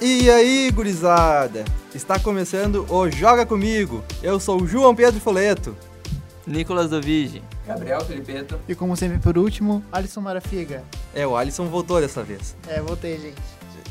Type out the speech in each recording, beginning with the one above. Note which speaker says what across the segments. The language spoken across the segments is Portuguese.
Speaker 1: E aí, gurizada? Está começando o Joga Comigo. Eu sou o João Pedro Foleto.
Speaker 2: Nicolas Dovige.
Speaker 3: Gabriel Felipeto.
Speaker 4: E como sempre, por último, Alisson Marafiga.
Speaker 1: É, o Alisson voltou dessa vez.
Speaker 4: É, voltei, gente.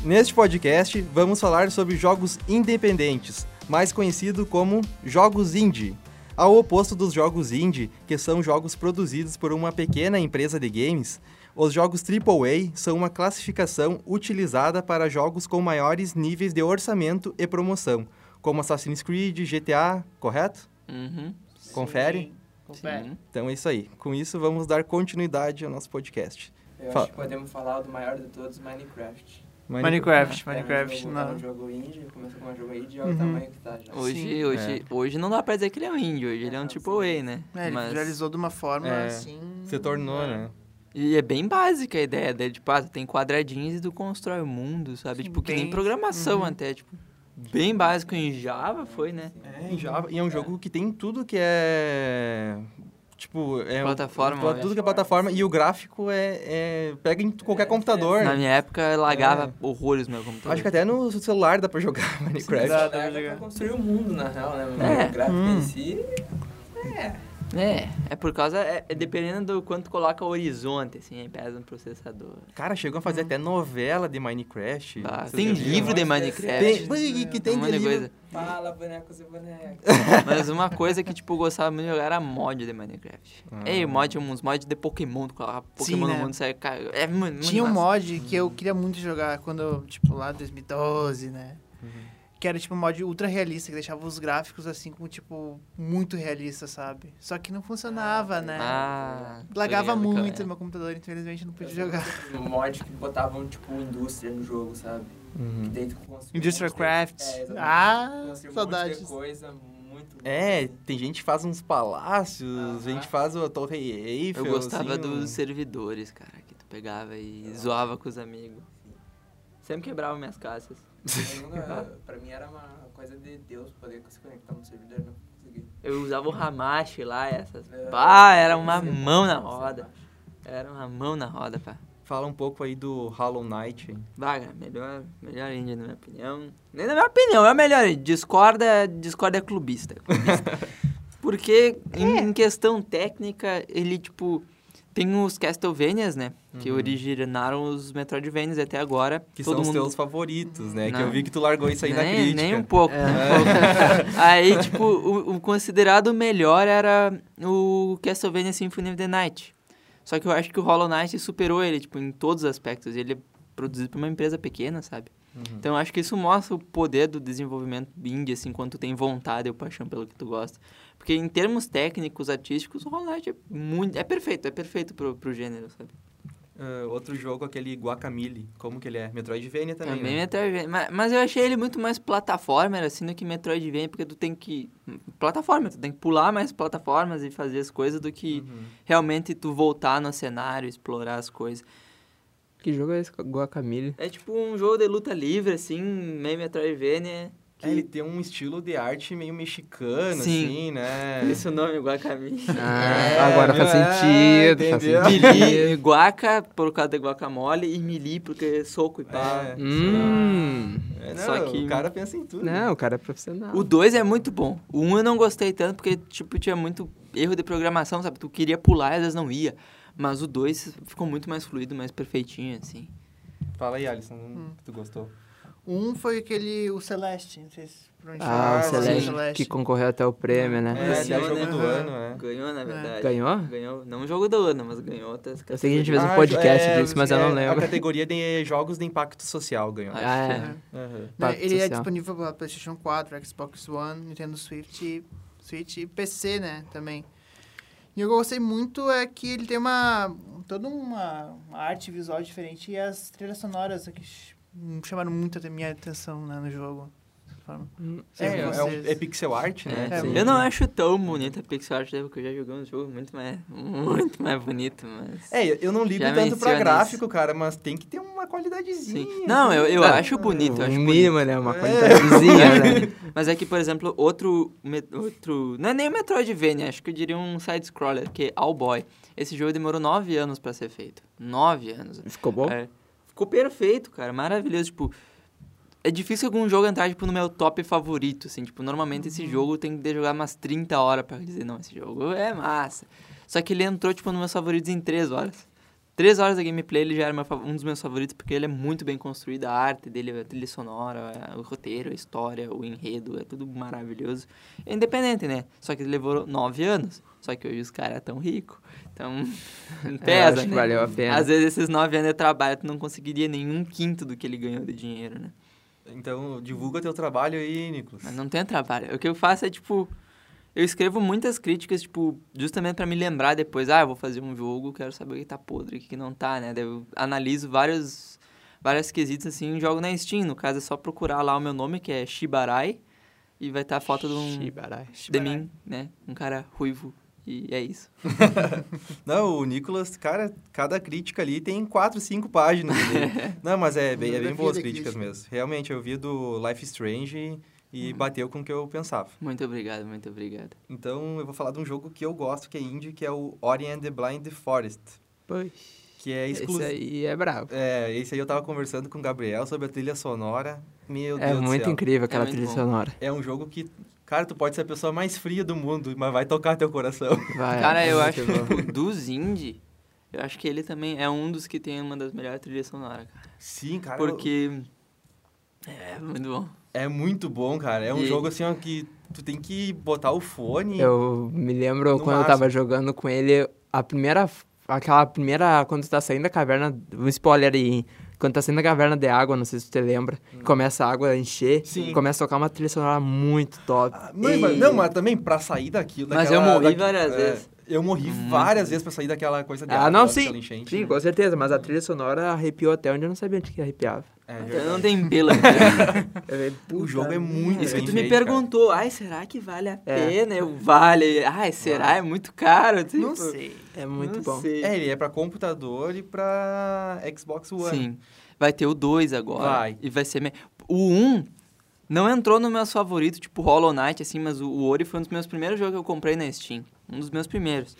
Speaker 1: Neste podcast, vamos falar sobre jogos independentes, mais conhecido como jogos indie. Ao oposto dos jogos indie, que são jogos produzidos por uma pequena empresa de games, os jogos AAA são uma classificação utilizada para jogos com maiores níveis de orçamento e promoção, como Assassin's Creed, GTA, correto?
Speaker 2: Uhum.
Speaker 1: Confere?
Speaker 4: Confere.
Speaker 2: Sim.
Speaker 1: Então é isso aí. Com isso, vamos dar continuidade ao nosso podcast.
Speaker 3: Eu
Speaker 1: Fala.
Speaker 3: acho que podemos falar do maior de todos, Minecraft.
Speaker 4: Minecraft,
Speaker 3: É um
Speaker 4: Minecraft,
Speaker 3: jogo- É
Speaker 4: não.
Speaker 3: um jogo indie, começou com um jogo indie, olha o
Speaker 4: Uhum.
Speaker 3: tamanho que tá já.
Speaker 2: Hoje,
Speaker 4: Sim.
Speaker 2: hoje, hoje não dá pra dizer que ele é um indie, hoje ele é um
Speaker 3: Não,
Speaker 2: tipo A, né?
Speaker 4: É, ele viralizou de uma forma
Speaker 1: É,
Speaker 4: assim.
Speaker 1: Se tornou, né?
Speaker 2: E é bem básica a ideia dele, tipo, ah, tu tem quadradinhos e tu constrói o mundo, sabe?
Speaker 4: Sim,
Speaker 2: tipo, que nem
Speaker 4: bem-
Speaker 2: programação
Speaker 1: Uhum.
Speaker 2: até, tipo, bem básico em Java foi, né?
Speaker 1: É, em Java. E é um jogo que tem tudo que é. Tipo, é. um-
Speaker 2: Plataforma,
Speaker 1: pla-
Speaker 2: né?
Speaker 1: tudo que é plataforma. E o gráfico é. é- pega em qualquer computador.
Speaker 2: Na minha época lagava horrores meu computador.
Speaker 1: É. Acho que até no celular dá pra jogar Minecraft.
Speaker 4: dá.
Speaker 3: Dá pra construir o mundo, na real, né? Mas
Speaker 2: É.
Speaker 3: o gráfico
Speaker 4: Hum.
Speaker 3: em si...
Speaker 2: É, é por causa, é, é dependendo do quanto coloca o horizonte, assim, aí pesa no processador.
Speaker 1: Cara, chegam a fazer até novela de Minecraft.
Speaker 2: Bah,
Speaker 1: Vocês
Speaker 2: tem
Speaker 1: já viram?
Speaker 2: livro de
Speaker 3: Tem-
Speaker 2: Minecraft,
Speaker 1: Tem, Ui, que tem
Speaker 2: um monte de
Speaker 1: livro.
Speaker 2: coisa.
Speaker 3: Fala, bonecos e bonecas.
Speaker 2: Mas uma coisa que, tipo, eu gostava muito de jogar era mod de Minecraft.
Speaker 1: Ah.
Speaker 2: Ei, mod, uns mods de Pokémon, tu colocava Pokémon
Speaker 4: Sim,
Speaker 2: no
Speaker 4: né?
Speaker 2: mundo, saiu, cara, é mu- muito
Speaker 4: Tinha um
Speaker 2: massa.
Speaker 4: mod que eu queria muito jogar quando, eu, tipo, lá em 2012, né? Que era tipo um mod ultra realista, que deixava os gráficos assim, com tipo, muito realista, sabe? Só que não funcionava, né?
Speaker 2: Ah,
Speaker 4: Lagava
Speaker 2: tô ligado,
Speaker 4: muito
Speaker 2: cara.
Speaker 4: no meu computador, infelizmente não pude
Speaker 3: Eu
Speaker 4: jogar.
Speaker 3: sempre fui um mod que botavam, tipo, indústria no jogo, sabe? Que
Speaker 1: Uhum.
Speaker 3: daí tu construía
Speaker 4: Industrial
Speaker 3: um monte de-
Speaker 4: Crafts.
Speaker 3: É, exatamente. Tu
Speaker 4: ah,
Speaker 3: construía um monte de
Speaker 4: saudades.
Speaker 3: coisa muito...
Speaker 1: É, tem gente que faz uns palácios,
Speaker 3: Aham.
Speaker 1: gente que faz a Torre Eiffel.
Speaker 2: Eu gostava
Speaker 1: assim,
Speaker 4: né?
Speaker 2: dos
Speaker 1: um-
Speaker 2: servidores, cara, que tu pegava e zoava com os amigos. Sempre quebrava minhas caixas.
Speaker 3: Eu nunca- Pra mim era uma coisa de Deus poder se conectar no servidor, né? não consegui.
Speaker 2: Eu usava o Hamashi lá, essas.
Speaker 3: É,
Speaker 2: Pá, era uma
Speaker 3: você-
Speaker 2: mão na
Speaker 3: você
Speaker 2: roda.
Speaker 3: baixa.
Speaker 2: Era uma mão na roda, pá.
Speaker 1: Fala um pouco aí do Hollow Knight. hein?
Speaker 2: Vaga, melhor, melhor índia, na minha opinião. Nem na minha opinião, é o melhor índia. Discorda, discorda é clubista. clubista. Porque,
Speaker 1: É.
Speaker 2: em, em questão técnica, ele, tipo... Tem os Castlevanias, né? Que
Speaker 1: Uhum.
Speaker 2: originaram os Metroidvanias e até agora.
Speaker 1: Que
Speaker 2: todo
Speaker 1: são os
Speaker 2: mundo...
Speaker 1: teus favoritos, né? Que eu
Speaker 2: Não.
Speaker 1: vi que tu largou isso aí na
Speaker 2: nem,
Speaker 1: crítica. É.
Speaker 2: nem um pouco. nem um pouco. Aí, tipo, o, o considerado melhor era o Castlevania Symphony of the Night. Só que eu acho que o Hollow Knight superou ele, tipo, em todos os aspectos. Ele é produzido por uma empresa pequena, sabe?
Speaker 1: Uhum.
Speaker 2: Então eu acho que isso mostra o poder do desenvolvimento indie, assim, quando tu tem vontade ou paixão pelo que tu gosta. Porque em termos técnicos, artísticos, o Hollow Knight é muito... É perfeito, é perfeito pro, pro gênero, sabe?
Speaker 1: Ah, outro jogo, aquele Guacamole. Como que ele é? Metroidvania também.
Speaker 2: Também
Speaker 1: né?
Speaker 2: Metroidvania. Ma- Mas, eu achei ele muito mais plataforma, assim, do que Metroidvania, porque tu tem que. Plataforma, tu tem que pular mais plataformas e fazer as coisas do que
Speaker 1: Uhum.
Speaker 2: realmente tu voltar no cenário, explorar as coisas.
Speaker 5: Que jogo é esse Guacamole?
Speaker 2: É tipo um jogo de luta livre, assim, meio Metroidvania.
Speaker 1: É, ele tem um estilo de arte meio mexicano,
Speaker 2: Sim.
Speaker 1: assim, né?
Speaker 2: Esse é o nome, Guacamole.
Speaker 1: É,
Speaker 5: Ah, agora
Speaker 1: meu,
Speaker 5: faz
Speaker 1: é,
Speaker 5: sentido. faz
Speaker 1: entendeu?
Speaker 5: sentido.
Speaker 1: É.
Speaker 2: Mili, Guaca, por causa da guacamole, e Mili, porque soco e pau.
Speaker 1: É.
Speaker 5: Hum.
Speaker 1: É, não,
Speaker 2: Só que-
Speaker 1: o cara pensa em tudo.
Speaker 5: Não, o cara é profissional.
Speaker 2: O 2 é muito bom. O 1 um eu não gostei tanto porque, tipo, tinha muito erro de programação, sabe? Tu queria pular e às vezes não ia. Mas o 2 ficou muito mais fluido, mais perfeitinho, assim.
Speaker 1: Fala aí, Alisson, o que tu gostou?
Speaker 4: Um foi aquele, o Celeste, não sei se
Speaker 5: Ah,
Speaker 4: pronunciaram.
Speaker 5: o
Speaker 4: Sim,
Speaker 5: Celeste, que concorreu até o prêmio,
Speaker 1: É,
Speaker 5: né?
Speaker 1: até
Speaker 2: Esse
Speaker 1: jogo
Speaker 2: ano,
Speaker 1: do
Speaker 4: né?
Speaker 1: ano, é.
Speaker 2: Ganhou, na verdade.
Speaker 5: Ganhou?
Speaker 2: Ganhou. Não o jogo do ano, mas ganhou outras
Speaker 5: Eu sei que a gente
Speaker 2: categorias.
Speaker 5: fez um
Speaker 1: Ah,
Speaker 5: podcast
Speaker 1: é,
Speaker 5: disso, mas eu não
Speaker 1: é, A
Speaker 5: lembro.
Speaker 1: categoria de jogos de impacto social ganhou.
Speaker 2: Ah,
Speaker 5: Ah,
Speaker 2: acho
Speaker 5: é.
Speaker 1: Aham.
Speaker 4: Né,
Speaker 5: Impacto
Speaker 4: Ele é
Speaker 5: social.
Speaker 4: disponível para PlayStation 4, Xbox One, Nintendo Switch, e- Switch e PC, né, também. E eu gostei muito é que ele tem uma toda uma, uma arte visual diferente e as trilhas sonoras que ch- chamaram muito a minha atenção né, no jogo. de certa forma.
Speaker 1: É,
Speaker 4: Sei
Speaker 1: é,
Speaker 4: vocês.
Speaker 1: um- é pixel art, né?
Speaker 2: É,
Speaker 4: sim.
Speaker 2: eu não acho tão bonita a pixel art, né, porque eu já joguei um jogo muito mais, muito mais bonito, mas...
Speaker 1: É, eu- eu não ligo
Speaker 2: Já
Speaker 1: tanto pra
Speaker 2: menciona
Speaker 1: gráfico, cara, mas tem que ter uma qualidadezinha. né?
Speaker 2: Sim. Não, eu, eu acho bonito, eu acho
Speaker 5: Um
Speaker 2: bonito.
Speaker 5: mínimo, né? Uma qualidadezinha, né?
Speaker 2: Mas é que, por exemplo, outro. me- outro não é nem o Metroidvania, acho que eu diria um side-scroller, que é All Boy. Esse jogo demorou nove anos pra ser feito. Nove anos.
Speaker 5: Ficou bom?
Speaker 2: É, ficou perfeito, cara, maravilhoso. Tipo, é difícil algum jogo entrar, tipo, no meu top favorito, assim. Tipo, normalmente esse jogo tem que ter jogado umas 30 horas pra dizer, não, esse jogo é massa. Só que ele entrou, tipo, nos meus favoritos em 3 horas. 3 horas da gameplay ele já era meu fa- um dos meus favoritos, porque ele é muito bem construído, a arte dele, a trilha sonora, a- o roteiro, a história, o enredo, é tudo maravilhoso. É independente, né? Só que ele levou 9 anos. Só que hoje os caras tão ricos. Então,
Speaker 5: É,
Speaker 2: pesa,
Speaker 5: acho que
Speaker 2: né?
Speaker 5: valeu a pena.
Speaker 2: Às vezes esses nove anos de trabalho tu não conseguiria nenhum quinto do que ele ganhou de dinheiro, né?
Speaker 1: Então, divulga teu trabalho aí, Nicolas.
Speaker 2: Mas não tem trabalho. O que eu faço é tipo. Eu escrevo muitas críticas, tipo, justamente pra me lembrar depois, ah, eu vou fazer um jogo, quero saber o que tá podre, o que que não tá, né? Daí eu analiso vários, vários quesitos assim e jogo na Steam. No caso é só procurar lá o meu nome, que é Shibarai, e vai estar a foto de um.
Speaker 5: Shibarai.
Speaker 2: De mim, né? Um cara ruivo. E é isso.
Speaker 1: Não, o Nicolas, cara, cada crítica ali tem quatro, cinco páginas. Né? não, mas é bem, é bem
Speaker 4: Biografia
Speaker 1: boas
Speaker 4: da
Speaker 1: críticas
Speaker 4: crítica.
Speaker 1: mesmo. Realmente, eu vi do Life is Strange e
Speaker 2: Uhum.
Speaker 1: bateu com o que eu pensava.
Speaker 2: Muito obrigado, muito obrigado.
Speaker 1: Então, eu vou falar de um jogo que eu gosto, que é indie, que é o Ori and the Blind Forest,
Speaker 5: Pois,
Speaker 1: que é
Speaker 5: isso
Speaker 1: exclusivo.
Speaker 5: aí é brabo.
Speaker 1: É, esse aí eu tava conversando com o Gabriel sobre a trilha sonora. Meu
Speaker 5: é
Speaker 1: Deus do
Speaker 5: muito
Speaker 1: céu.
Speaker 5: incrível aquela
Speaker 2: muito
Speaker 5: trilha
Speaker 2: bom.
Speaker 5: sonora.
Speaker 1: É um jogo que, cara, tu pode ser a pessoa mais fria do mundo, mas vai tocar teu coração.
Speaker 5: Vai,
Speaker 2: Cara,
Speaker 5: é
Speaker 2: eu
Speaker 5: muito
Speaker 2: acho
Speaker 5: bom.
Speaker 2: que tipo, dos indie, eu acho que ele também é um dos que tem uma das melhores trilhas sonoras, cara.
Speaker 1: Sim, cara.
Speaker 2: Porque. É, muito bom.
Speaker 1: É muito bom, cara. É um
Speaker 2: E-
Speaker 1: jogo assim, ó, que tu tem que botar o fone.
Speaker 5: Eu me lembro
Speaker 1: No
Speaker 5: quando eu tava jogando com ele, a primeira. Aquela primeira. Quando tu tá saindo da caverna. Um spoiler aí. Quando tá saindo da caverna de água, não sei se tu te lembra. Começa a água a encher.
Speaker 1: Hum. Sim.
Speaker 5: Começa a tocar uma trilha sonora muito top.
Speaker 1: Ah, Não, mas,
Speaker 5: E-
Speaker 1: não, mas também pra sair daquilo.
Speaker 2: Mas
Speaker 1: daquela-
Speaker 2: eu morri
Speaker 1: daqui-
Speaker 2: várias
Speaker 1: é,
Speaker 2: vezes.
Speaker 1: Eu morri várias vezes pra sair daquela coisa dela.
Speaker 5: Ah, não,
Speaker 1: Daquela
Speaker 5: sim.
Speaker 1: enchente.
Speaker 5: Sim, com certeza, mas a trilha sonora arrepiou até onde eu não sabia onde que arrepiava.
Speaker 1: É,
Speaker 2: Então
Speaker 1: verdade.
Speaker 2: não tem pela.
Speaker 1: O jogo é muito
Speaker 2: né? Isso que
Speaker 1: bem
Speaker 2: tu me
Speaker 1: feito, cara.
Speaker 2: perguntou, ai, será que vale a
Speaker 5: É.
Speaker 2: pena? Eu vale. Ai, será? É muito caro. Tipo,
Speaker 4: Não sei.
Speaker 5: É muito
Speaker 2: não
Speaker 5: bom.
Speaker 2: sei.
Speaker 1: É, ele é pra computador e pra Xbox One.
Speaker 2: Sim. Vai ter o 2 agora.
Speaker 1: Vai.
Speaker 2: E vai ser. Me... O 1 um não entrou no meus favoritos, tipo Hollow Knight, assim, mas o, o Ori foi um dos meus primeiros jogos que eu comprei na Steam. Um dos meus primeiros.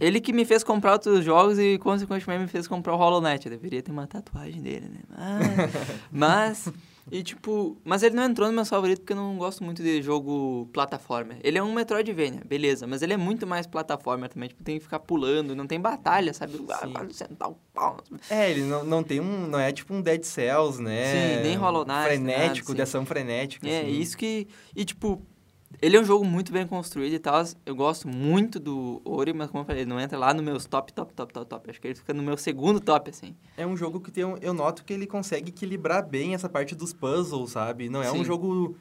Speaker 2: Ele que me fez comprar outros jogos e, consequentemente, me fez comprar o Hollow Knight. Eu deveria ter uma tatuagem dele, né? Mas. mas e tipo, mas ele não entrou no meu favorito porque eu não gosto muito de jogo plataforma. Ele é um Metroidvania, beleza, mas ele é muito mais plataforma também, tipo, tem que ficar pulando, não tem batalha, sabe? Ah,
Speaker 1: Sim.
Speaker 2: vai sentar o pau,
Speaker 1: É, ele não, não tem um. Não é tipo um Dead Cells, né?
Speaker 2: Sim, nem Hollow Knight, nada,
Speaker 1: Frenético,
Speaker 2: assim.
Speaker 1: de ação frenética.
Speaker 2: É,
Speaker 1: assim.
Speaker 2: isso que. E tipo, ele é um jogo muito bem construído e tal. Eu gosto muito do Ori, mas como eu falei, ele não entra lá nos meus top, top, top, top, top. Acho que ele fica no meu segundo top, assim.
Speaker 1: É um jogo que tem um, eu noto que ele consegue equilibrar bem essa parte dos puzzles, sabe? Não é um
Speaker 2: Sim.
Speaker 1: jogo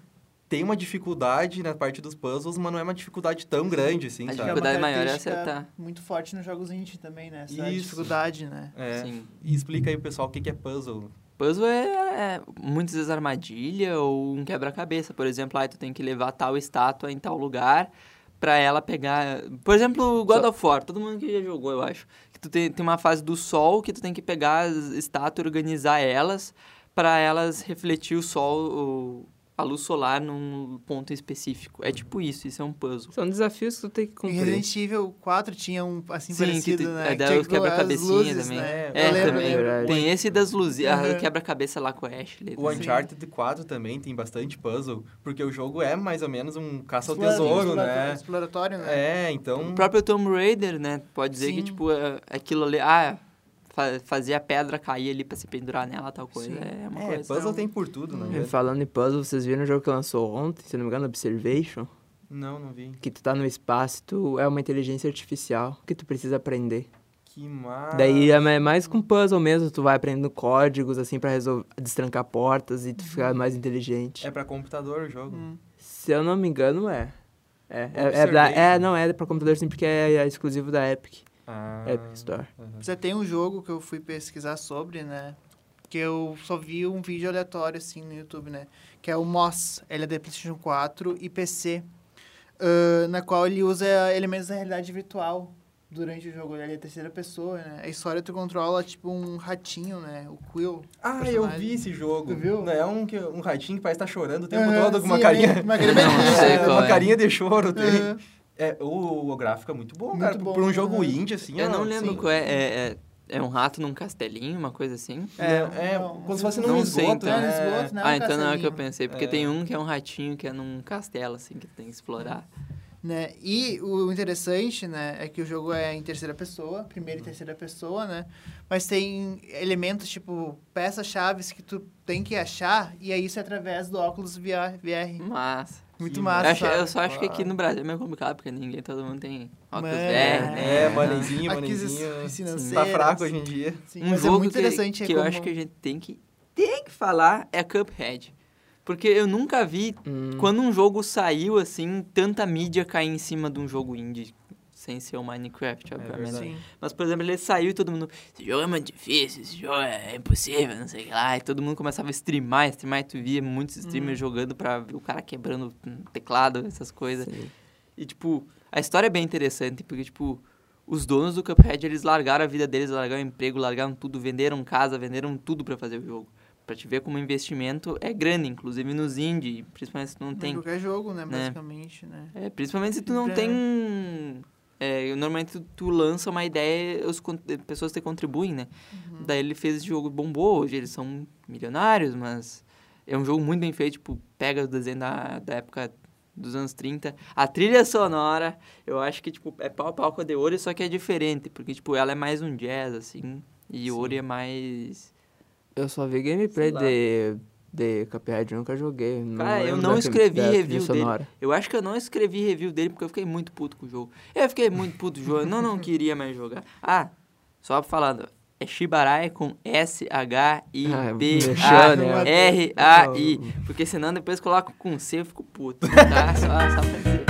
Speaker 1: tem uma dificuldade na parte dos puzzles, mas não é uma dificuldade tão grande assim,
Speaker 2: A
Speaker 1: sabe?
Speaker 4: É uma
Speaker 2: dificuldade maior é
Speaker 4: característica
Speaker 5: tá.
Speaker 2: acertar.
Speaker 4: Muito forte nos jogos indie também, né? Essa
Speaker 1: Isso.
Speaker 4: dificuldade, né?
Speaker 1: É.
Speaker 2: Sim.
Speaker 1: E explica aí, pessoal, o que que é puzzle.
Speaker 2: Puzzle é, é muitas vezes armadilha ou um quebra-cabeça. Por exemplo, aí tu tem que levar tal estátua em tal lugar pra ela pegar. Por exemplo, God
Speaker 5: Só-
Speaker 2: of War, todo mundo que já jogou, eu acho. Que tu tem, tem uma fase do sol que tu tem que pegar as estátuas e organizar elas pra elas refletir o sol, o- a luz solar num ponto específico. É tipo isso, isso é um puzzle.
Speaker 5: São desafios que tu tem que
Speaker 4: Em
Speaker 5: cumprir.
Speaker 4: Resident Evil 4 tinha um assim
Speaker 2: Sim, que
Speaker 4: parecido,
Speaker 2: tu- é,
Speaker 4: né?
Speaker 2: daí
Speaker 4: tinha
Speaker 2: os
Speaker 4: que colocar as
Speaker 2: quebra-cabecinha
Speaker 4: luzes,
Speaker 2: também.
Speaker 4: né?
Speaker 1: É,
Speaker 4: Eu
Speaker 2: é,
Speaker 4: lembro,
Speaker 2: também.
Speaker 4: lembro.
Speaker 5: verdade.
Speaker 2: Tem esse das luzes, a
Speaker 4: Uhum.
Speaker 2: quebra-cabeça lá com a Ashley. assim.
Speaker 1: O
Speaker 4: Sim.
Speaker 1: Uncharted 4 também tem bastante puzzle, porque o jogo é mais ou menos um caça ao
Speaker 4: Explora-
Speaker 1: tesouro,
Speaker 4: explora-
Speaker 1: né?
Speaker 4: Exploratório, né?
Speaker 1: É,
Speaker 2: O
Speaker 1: então
Speaker 2: próprio Tomb Raider, né? Pode dizer que,
Speaker 4: Sim.
Speaker 2: tipo, é- aquilo ali... Ah, fa- fazer a pedra cair ali pra se pendurar nela, tal coisa.
Speaker 4: Sim.
Speaker 2: É uma
Speaker 1: é,
Speaker 2: coisa...
Speaker 1: puzzle tem por tudo, né?
Speaker 5: E Falando em puzzle, vocês viram o jogo que lançou ontem, se não me engano, Observation?
Speaker 1: Não, não vi.
Speaker 5: Que tu tá no espaço, tu é uma inteligência artificial que tu precisa aprender.
Speaker 1: Que
Speaker 2: Ah.
Speaker 1: massa.
Speaker 5: Daí é ma- mais com puzzle mesmo, tu vai aprendendo códigos assim pra resolver, destrancar portas e tu
Speaker 2: Uhum.
Speaker 5: ficar mais inteligente.
Speaker 1: é pra computador o jogo.
Speaker 4: Hum.
Speaker 5: Se eu não me engano, é. É, é, é,
Speaker 1: Observation.
Speaker 5: da- é, não, é pra computador sim, porque é, é exclusivo da Epic,
Speaker 1: Ah.
Speaker 5: Epic Store.
Speaker 1: aham.
Speaker 4: Você tem um jogo que eu fui pesquisar sobre, né? Que eu só vi um vídeo aleatório, assim, no YouTube, né? Que é o Moss. Ele é da PlayStation 4 e PC. ãh, na qual ele usa elementos da realidade virtual durante o jogo. Ele é a terceira pessoa, né? A história tu controla, tipo, um ratinho, né? O Quill.
Speaker 1: Ah, eu
Speaker 4: personagem.
Speaker 1: vi esse jogo.
Speaker 4: Tu viu?
Speaker 1: Não é um, que, um ratinho que parece estar chorando o tempo
Speaker 4: Aham,
Speaker 1: todo um com uma
Speaker 4: sim, é
Speaker 1: carinha.
Speaker 4: bem- Uma carinha bem
Speaker 2: Não, não
Speaker 4: triste,
Speaker 2: sei
Speaker 4: né?
Speaker 2: qual
Speaker 1: uma
Speaker 2: é.
Speaker 1: carinha de choro. Tem.
Speaker 4: Aham.
Speaker 1: É, o, o gráfico é muito bom,
Speaker 4: Muito
Speaker 1: cara.
Speaker 4: bom, né?
Speaker 1: Por um jogo
Speaker 4: aham.
Speaker 1: indie, assim.
Speaker 2: Eu
Speaker 1: ó,
Speaker 2: não lembro
Speaker 1: sim.
Speaker 2: qual é... é, é... É um rato num castelinho, uma coisa assim?
Speaker 1: É,
Speaker 4: Não,
Speaker 1: é
Speaker 4: não.
Speaker 1: como se fosse num
Speaker 2: Não sei,
Speaker 1: esgoto,
Speaker 2: então.
Speaker 4: É,
Speaker 1: né?
Speaker 4: no esgoto, não,
Speaker 2: ah, então não é o que eu
Speaker 4: castelinho.
Speaker 2: pensei, porque
Speaker 1: É.
Speaker 2: tem um que é um ratinho que é num castelo, assim, que tem que explorar.
Speaker 4: né? E o interessante, né, é que o jogo é em terceira pessoa, primeira
Speaker 2: Uhum.
Speaker 4: e terceira pessoa, né? Mas tem elementos tipo peças-chaves que tu tem que achar e é isso através do óculos VR. VR.
Speaker 2: Massa.
Speaker 4: Muito
Speaker 1: Que
Speaker 4: massa.
Speaker 2: Uhum. Eu, acho- eu só
Speaker 1: Claro.
Speaker 2: acho que aqui no Brasil é meio complicado, porque ninguém, todo mundo tem óculos
Speaker 4: Mas-
Speaker 2: VR, né?
Speaker 1: É, manezinho, manezinho.
Speaker 4: Aquisições
Speaker 1: Tá
Speaker 4: financeiras.
Speaker 1: fraco hoje em dia.
Speaker 4: Sim,
Speaker 2: Um
Speaker 4: mas
Speaker 2: jogo
Speaker 4: é muito
Speaker 2: que,
Speaker 4: interessante é
Speaker 2: que eu
Speaker 4: como-
Speaker 2: acho que a gente tem que, tem que falar é Cuphead. Porque eu nunca vi,
Speaker 5: Hum.
Speaker 2: quando um jogo saiu, assim, tanta mídia cair em cima de um jogo indie. Sem ser o Minecraft, obviamente.
Speaker 1: verdade.
Speaker 4: Sim.
Speaker 2: Mas, por exemplo, ele saiu e todo mundo. Esse jogo é muito difícil, esse jogo é impossível, não sei o que lá. E todo mundo começava a streamar, streamar, e tu via muitos streamers jogando pra ver o cara quebrando um teclado, essas coisas. E, tipo, a história é bem interessante, porque, tipo, os donos do Cuphead, eles largaram a vida deles, largaram o emprego, largaram tudo, venderam casa, venderam tudo pra fazer o jogo. Pra te ver como o investimento é grande, inclusive nos indie, principalmente se tu não
Speaker 4: Em
Speaker 2: tem
Speaker 4: qualquer jogo, né,
Speaker 2: né?
Speaker 4: basicamente, né?
Speaker 2: é, principalmente se tu não
Speaker 4: É.
Speaker 2: tem. É, normalmente tu, tu lança uma ideia as pessoas te contribuem, né? Daí ele fez esse jogo bombou, hoje eles são milionários, mas é um jogo muito bem feito, tipo, pega o desenho da, da época dos anos 30. A trilha sonora, eu acho que, tipo, é pau a pau com a de Ori, só que é diferente, porque, tipo, ela é mais um jazz, assim, e Ori é mais...
Speaker 5: Eu só vi gameplay
Speaker 2: Sei lá.
Speaker 5: de, de Cuphead, eu nunca joguei. Não
Speaker 2: Cara, eu
Speaker 5: lembro
Speaker 2: não
Speaker 5: da-
Speaker 2: escrevi
Speaker 5: da trilha
Speaker 2: review dele.
Speaker 5: sonora.
Speaker 2: Eu acho que eu não escrevi review dele porque eu fiquei muito puto com o jogo. Eu fiquei muito puto com o jogo, eu não, não queria mais jogar. Ah, só falando, é Shibarai com
Speaker 5: Ah,
Speaker 2: S-H-I-B-A-R-A-I. Porque senão depois coloco com C eu fico puto. Tá? Só, só pra dizer.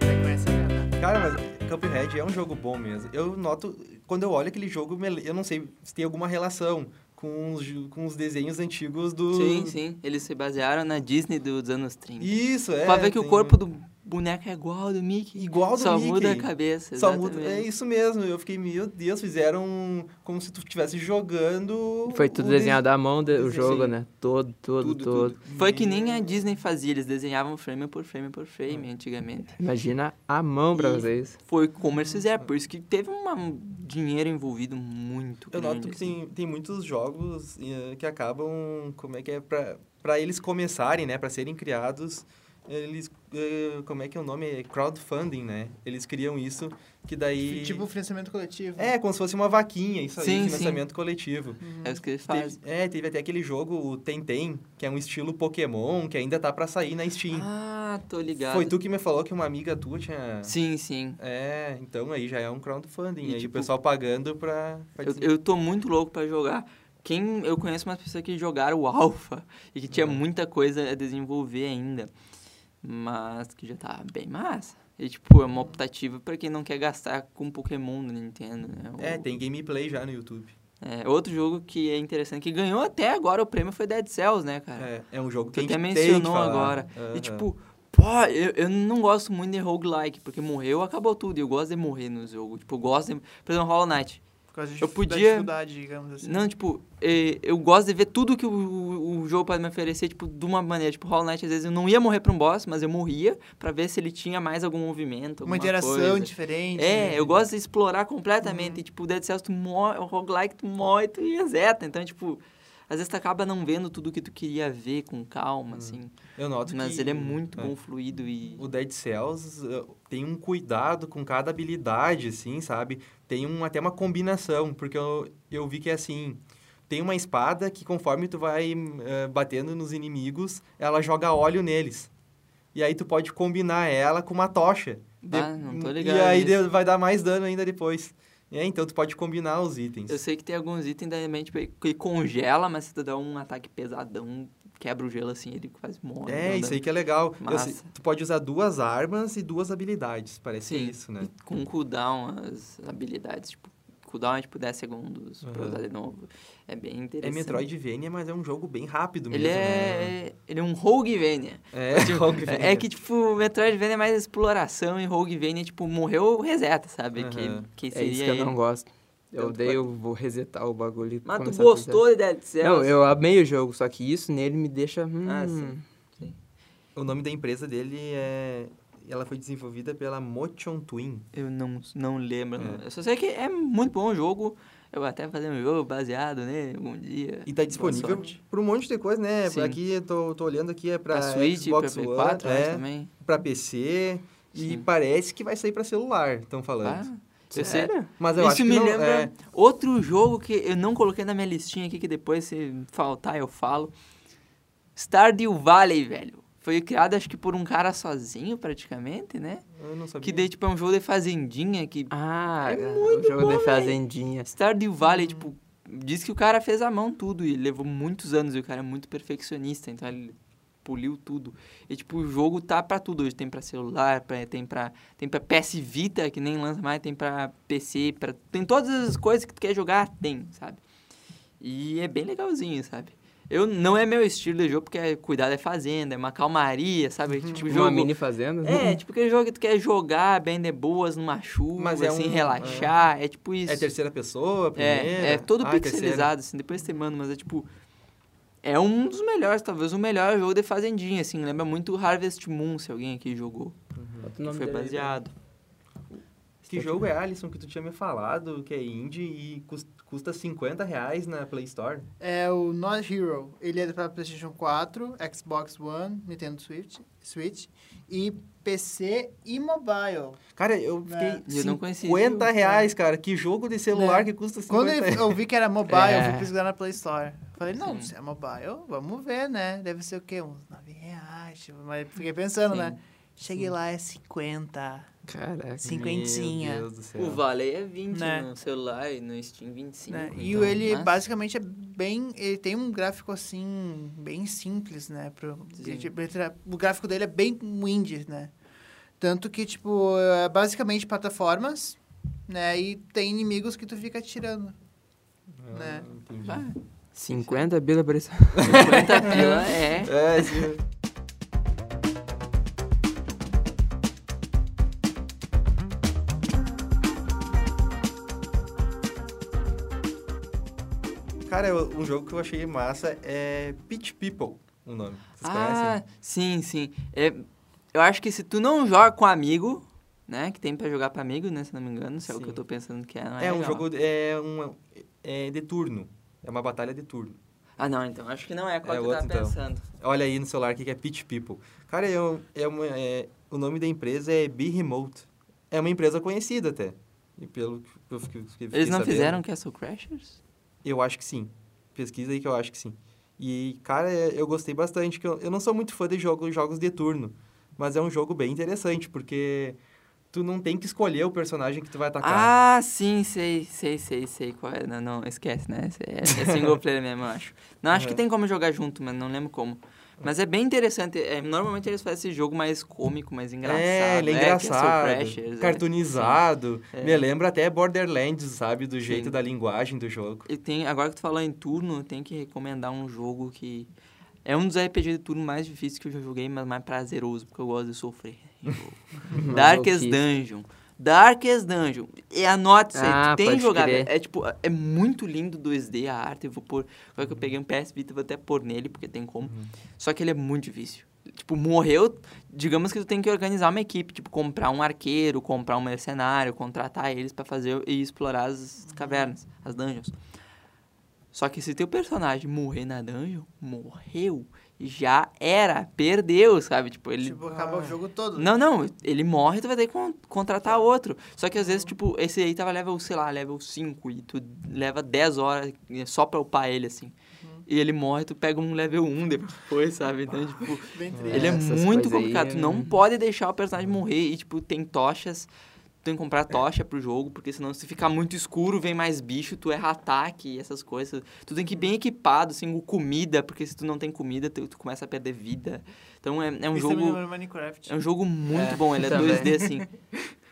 Speaker 4: Você conhece a Renata?
Speaker 1: Cara, mas Cuphead é um jogo bom mesmo. Eu noto, quando eu olho aquele jogo, me- eu não sei se tem alguma relação com os, ju- com os desenhos antigos do...
Speaker 2: Sim, sim. Eles se basearam na Disney dos anos 30.
Speaker 1: Isso, é.
Speaker 2: pra ver que o
Speaker 1: tem-
Speaker 2: corpo do boneco é igual ao do Mickey.
Speaker 1: Igual do
Speaker 2: só
Speaker 1: Mickey.
Speaker 2: muda a cabeça.
Speaker 1: Só muda, é
Speaker 2: exatamente.
Speaker 1: isso mesmo. Eu fiquei, meu Deus, fizeram como se tu estivesse jogando...
Speaker 5: Foi tudo
Speaker 1: o de-
Speaker 5: desenhado à mão de- o
Speaker 1: desenho.
Speaker 5: jogo, né? Todo, todo,
Speaker 1: Tudo,
Speaker 5: todo.
Speaker 1: tudo.
Speaker 2: Foi que nem a Disney fazia, eles desenhavam frame por frame por
Speaker 1: É.
Speaker 2: frame antigamente.
Speaker 5: Imagina a mão pra
Speaker 2: E-
Speaker 5: vocês.
Speaker 2: Foi como
Speaker 1: Uhum.
Speaker 2: eles fizeram, por isso que teve uma- um dinheiro envolvido muito
Speaker 1: Eu
Speaker 2: grande.
Speaker 1: noto que
Speaker 2: assim.
Speaker 1: tem, tem muitos jogos eh, que acabam, como é que é, pra, pra eles começarem, né, pra serem criados, eles, eh, como é que é o nome? É crowdfunding, né? Eles criam isso, que daí...
Speaker 4: Tipo financiamento coletivo.
Speaker 1: É, como se fosse uma vaquinha, isso
Speaker 2: Sim,
Speaker 1: aí,
Speaker 2: sim.
Speaker 1: financiamento coletivo.
Speaker 2: É isso que eles
Speaker 1: Teve,
Speaker 2: fazem.
Speaker 1: é, teve até aquele jogo, o Tentem, que é um estilo Pokémon, que ainda tá pra sair na Steam.
Speaker 2: Ah, tô ligado.
Speaker 1: Foi tu que me falou que uma amiga tua tinha...
Speaker 2: Sim, sim.
Speaker 1: É, então aí já é um crowdfunding,
Speaker 2: E,
Speaker 1: aí
Speaker 2: tipo,
Speaker 1: o pessoal pagando pra... pra
Speaker 2: Eu, eu tô muito louco pra jogar. Quem eu conheço umas pessoas que jogaram o Alpha e que tinha
Speaker 1: Uhum.
Speaker 2: muita coisa a desenvolver ainda, mas que já tá bem massa. E tipo, é uma
Speaker 1: Uhum.
Speaker 2: optativa pra quem não quer gastar com Pokémon no Nintendo, né?
Speaker 1: É,
Speaker 2: Ou-
Speaker 1: tem gameplay já no YouTube.
Speaker 2: É, outro jogo que é interessante, que ganhou até agora o prêmio foi Dead Cells, né, cara?
Speaker 1: É, é um jogo que
Speaker 2: Tu
Speaker 1: a gente
Speaker 2: até
Speaker 1: tem
Speaker 2: mencionou
Speaker 1: que falar.
Speaker 2: agora.
Speaker 1: Aham.
Speaker 2: E tipo, pô, eu, eu não gosto muito de roguelike, porque morreu, acabou tudo. E eu gosto de morrer no jogo. Tipo, eu gosto de. Por exemplo, Hollow Knight.
Speaker 4: Por causa de
Speaker 2: Eu
Speaker 4: da
Speaker 2: podia-
Speaker 4: dificuldade, digamos assim.
Speaker 2: Não, tipo, eh, eu gosto de ver tudo que o, o- o jogo pode me oferecer, tipo, de uma maneira. Tipo, Hollow Knight, às vezes eu não ia morrer pra um boss, mas eu morria pra ver se ele tinha mais algum movimento.
Speaker 4: Uma
Speaker 2: alguma
Speaker 4: interação
Speaker 2: coisa.
Speaker 4: diferente.
Speaker 2: É,
Speaker 4: né? Uhum.
Speaker 2: eu gosto de explorar completamente. E, tipo, Dead Cells, tu morre, o roguelike, tu morre, tu reseta. Então, tipo, às vezes tu acaba não vendo tudo que tu queria ver com
Speaker 4: Uhum.
Speaker 2: calma, assim.
Speaker 1: eu noto
Speaker 2: Mas
Speaker 1: que-
Speaker 2: ele é muito bom, fluido e...
Speaker 1: O Dead Cells eh, tem um cuidado com cada habilidade, assim, sabe? Tem um, até uma combinação, porque eu, eu vi que é assim... Tem uma espada que conforme tu vai eh, batendo nos inimigos, ela joga óleo neles. E aí tu pode combinar ela com uma tocha.
Speaker 2: Ah, não tô ligado
Speaker 1: E aí
Speaker 2: nisso.
Speaker 1: de- vai dar mais dano ainda depois. É, então tu pode combinar os itens.
Speaker 2: Eu sei que tem alguns itens da mente que congela, mas se tu dá um ataque pesadão, quebra o gelo, assim, ele quase morre.
Speaker 1: É,
Speaker 2: não
Speaker 1: isso
Speaker 2: dá-
Speaker 1: aí que é legal. Eu
Speaker 2: Massa.
Speaker 1: sei- tu pode usar duas armas e duas habilidades, parece
Speaker 2: Sim.
Speaker 1: isso, né?
Speaker 2: Com cooldown, as habilidades, tipo... Cooldown é, tipo, 10 segundos pra
Speaker 1: Aham.
Speaker 2: usar de novo. É bem
Speaker 1: É
Speaker 2: interessante.
Speaker 1: Metroidvania, mas é um jogo bem rápido
Speaker 2: Ele
Speaker 1: mesmo, né?
Speaker 2: é... Ele é um Roguevania.
Speaker 1: É, Roguevania.
Speaker 2: É que, tipo, Metroidvania é mais exploração e Roguevania, tipo, morreu, reseta, sabe?
Speaker 1: Aham.
Speaker 2: Que, que
Speaker 5: É
Speaker 2: seria
Speaker 5: isso que eu
Speaker 2: ele.
Speaker 5: não gosto. Eu
Speaker 2: Então tu
Speaker 5: odeio, vou resetar o bagulho. e
Speaker 2: Mas tu
Speaker 5: começar do zero.
Speaker 2: gostou de Dead Cells?
Speaker 5: Não, eu amei o jogo, só que isso nele me deixa. Hum,
Speaker 2: Ah, sim.
Speaker 1: O nome da empresa dele é e ela foi desenvolvida pela Motion Twin.
Speaker 2: Eu não, não lembro. Eu só sei que é muito bom o jogo. Eu vou até fazer um jogo baseado nele algum dia.
Speaker 1: E tá
Speaker 2: Boa
Speaker 1: disponível
Speaker 2: sorte.
Speaker 1: para um monte de coisa, né?
Speaker 2: Sim.
Speaker 1: Aqui eu tô, tô olhando aqui é para
Speaker 2: Pra Switch,
Speaker 1: Xbox
Speaker 2: pra Play
Speaker 1: One,
Speaker 2: 4 acho,
Speaker 1: é,
Speaker 2: também.
Speaker 1: para PC e
Speaker 2: Sim.
Speaker 1: parece que vai sair para celular, estão
Speaker 2: Ah,
Speaker 1: falando.
Speaker 2: eu sei.
Speaker 1: Mas eu
Speaker 2: Isso
Speaker 1: acho
Speaker 2: me
Speaker 1: que não,
Speaker 2: lembra
Speaker 1: é,
Speaker 2: outro jogo que eu não coloquei na minha listinha aqui, que depois se faltar eu falo. Stardew Valley, velho. Foi criado, acho que por um cara sozinho, praticamente, né?
Speaker 1: eu não sabia.
Speaker 2: Que daí, tipo, é um jogo de fazendinha que...
Speaker 5: Ah,
Speaker 2: É
Speaker 5: o jogo de fazendinha.
Speaker 2: Stardew Valley,
Speaker 1: Uhum.
Speaker 2: tipo, diz que o cara fez à mão tudo e levou muitos anos e o cara é muito perfeccionista, então ele poliu tudo. E tipo, o jogo tá pra tudo hoje, tem pra celular, pra- tem pra tem para PS Vita, que nem lança mais, tem pra PC, para tem todas as coisas que tu quer jogar, tem, sabe? E é bem legalzinho, sabe? Eu não é meu estilo de jogo porque é cuidado é fazenda, é uma calmaria,
Speaker 1: Uhum.
Speaker 2: sabe? Tipo,
Speaker 5: Uma
Speaker 2: jogo
Speaker 5: mini fazenda. né?
Speaker 2: é, tipo aquele jogo que tu quer jogar bem de boas numa chuva,
Speaker 1: Mas é
Speaker 2: assim,
Speaker 1: um-
Speaker 2: relaxar, é. tipo isso.
Speaker 1: É terceira pessoa, primeira.
Speaker 2: É, é todo
Speaker 1: Ah, terceira.
Speaker 2: pixelizado, assim, depois você manda, mas é tipo. É um dos melhores, talvez o melhor jogo de Fazendinha, assim. Lembra muito Harvest Moon, se alguém aqui jogou.
Speaker 5: Bota o
Speaker 2: Que
Speaker 5: nome
Speaker 2: foi
Speaker 1: né?
Speaker 5: dele aí,
Speaker 2: baseado.
Speaker 1: Que jogo é, Alisson, que tu tinha me falado, que é indie e cus- custa 50 reais na Play Store?
Speaker 4: É o Not Hero. Ele é para PlayStation 4, Xbox One, Nintendo Switch, Switch e PC e mobile.
Speaker 1: Cara, eu
Speaker 4: É.
Speaker 1: fiquei
Speaker 2: Eu não conheci esse
Speaker 1: 50
Speaker 4: jogo,
Speaker 1: reais, cara. Que jogo de celular
Speaker 4: É.
Speaker 1: que custa 50
Speaker 4: Quando eu,
Speaker 1: reais.
Speaker 4: eu vi que era mobile, eu
Speaker 5: É.
Speaker 4: fui pesquisar na Play Store. Falei, não,
Speaker 2: Sim.
Speaker 4: se é mobile, vamos ver, né? Deve ser o quê? Uns 9 reais. tipo, Mas fiquei pensando,
Speaker 2: Sim.
Speaker 4: né? Cheguei lá, é 50.
Speaker 5: Caraca.
Speaker 4: Cinquentinha.
Speaker 1: Meu Deus do céu.
Speaker 2: O Valley é 20
Speaker 4: Né?
Speaker 2: no celular e no Steam 25.
Speaker 4: né?
Speaker 2: então,
Speaker 4: E o ele
Speaker 2: mas-
Speaker 4: basicamente é bem. Ele tem um gráfico assim, bem simples, né? Pro,
Speaker 2: Sim.
Speaker 4: tipo, ele tra- o gráfico dele é bem indie, né? Tanto que, tipo, é basicamente plataformas, né? E tem inimigos que tu fica atirando.
Speaker 1: Ah,
Speaker 4: né?
Speaker 1: entendi.
Speaker 2: Ah,
Speaker 5: 50 bila por isso.
Speaker 2: 50 pila é.
Speaker 1: É, sim. Cara, eu- um jogo que eu achei massa é Pitch People, o nome. Vocês
Speaker 2: Ah,
Speaker 1: conhecem?
Speaker 2: sim, sim. É, eu acho que se tu não joga com amigo, né? Que tem pra jogar pra amigo, né? Se não me engano, se é o que
Speaker 1: Sim.
Speaker 2: eu tô pensando que é. não
Speaker 1: É, um
Speaker 2: legal.
Speaker 1: jogo é um é de turno. É uma batalha de turno.
Speaker 2: Ah, não, então. Acho que não é qual
Speaker 1: É
Speaker 2: que
Speaker 1: outro,
Speaker 2: eu
Speaker 1: então.
Speaker 2: tava pensando.
Speaker 1: Olha aí no celular o que que é Pitch People. Cara, é, um- é uma- é- o nome da empresa é Be Remote. É uma empresa conhecida até. E pelo que eu fiquei, fiquei
Speaker 2: Eles não
Speaker 1: sabendo-
Speaker 2: fizeram Castle Crashers?
Speaker 1: Eu acho que sim. Pesquisa aí que eu acho que sim. E, cara, é- eu gostei bastante. Que eu, eu não sou muito fã de jogo, jogos de turno. Mas é um jogo bem interessante, porque tu não tem que escolher o personagem que tu vai atacar.
Speaker 2: Ah, sim, sei, sei, sei, sei qual é. Não, não, esquece, né? Esse É, é single player mesmo, eu acho. Não, acho que
Speaker 1: Aham.
Speaker 2: tem como jogar junto, mas não lembro como. Mas é bem interessante. É, normalmente eles fazem esse jogo mais cômico, mais engraçado. né?
Speaker 1: é, ele é engraçado,
Speaker 2: Castle Crashers, é.
Speaker 1: cartunizado.
Speaker 2: É.
Speaker 1: Me lembra até Borderlands, sabe? Do jeito
Speaker 2: Sim.
Speaker 1: da linguagem do jogo.
Speaker 2: E tem, agora que tu falou em turno, eu tenho que recomendar um jogo que... É um dos RPG de turno mais difíceis que eu já joguei, mas mais prazeroso, porque eu gosto de sofrer. em jogo. Darkest
Speaker 5: Maluquice.
Speaker 2: Dungeon. Darkest Dungeon. É E anote isso aí.
Speaker 5: Ah,
Speaker 2: tu tem
Speaker 5: pode
Speaker 2: que jogar.
Speaker 5: crer.
Speaker 2: velho. É tipo, é muito lindo 2D a arte. Eu vou pôr. Agora que eu peguei um PS Vita, eu vou até pôr nele, porque tem como.
Speaker 5: Uhum.
Speaker 2: Só que ele é muito difícil. Tipo, morreu. Digamos que tu tem que organizar uma equipe, tipo, comprar um arqueiro, comprar um mercenário, contratar eles pra fazer e explorar as cavernas, as dungeons. Só que se teu personagem morrer na dungeon, morreu, já era, perdeu, sabe? Tipo, ele
Speaker 4: Tipo, acaba o jogo todo.
Speaker 2: não, não, ele morre, tu vai ter que con- contratar outro. Só que às vezes, tipo, esse aí tava level, sei lá, level 5 e tu leva 10 horas né, só pra upar ele, assim. E ele morre, tu pega um level 1 depois, sabe? Então, tipo,
Speaker 4: Bem triste.
Speaker 2: ele é
Speaker 5: Essas
Speaker 2: muito
Speaker 5: coisas aí,
Speaker 2: complicado. Tu não
Speaker 5: hum.
Speaker 2: pode deixar o personagem morrer e, tipo, tem tochas. Tu tem que comprar tocha pro jogo, porque senão se ficar muito escuro, vem mais bicho, tu erra ataque e essas coisas. Tu tem que ir bem equipado, assim, com comida, porque se tu não tem comida, tu, tu começa a perder vida. Então é, é um
Speaker 4: Isso
Speaker 2: jogo...
Speaker 4: também lembra Minecraft.
Speaker 2: É um jogo muito
Speaker 5: É,
Speaker 2: bom, ele é
Speaker 5: também.
Speaker 2: 2D assim.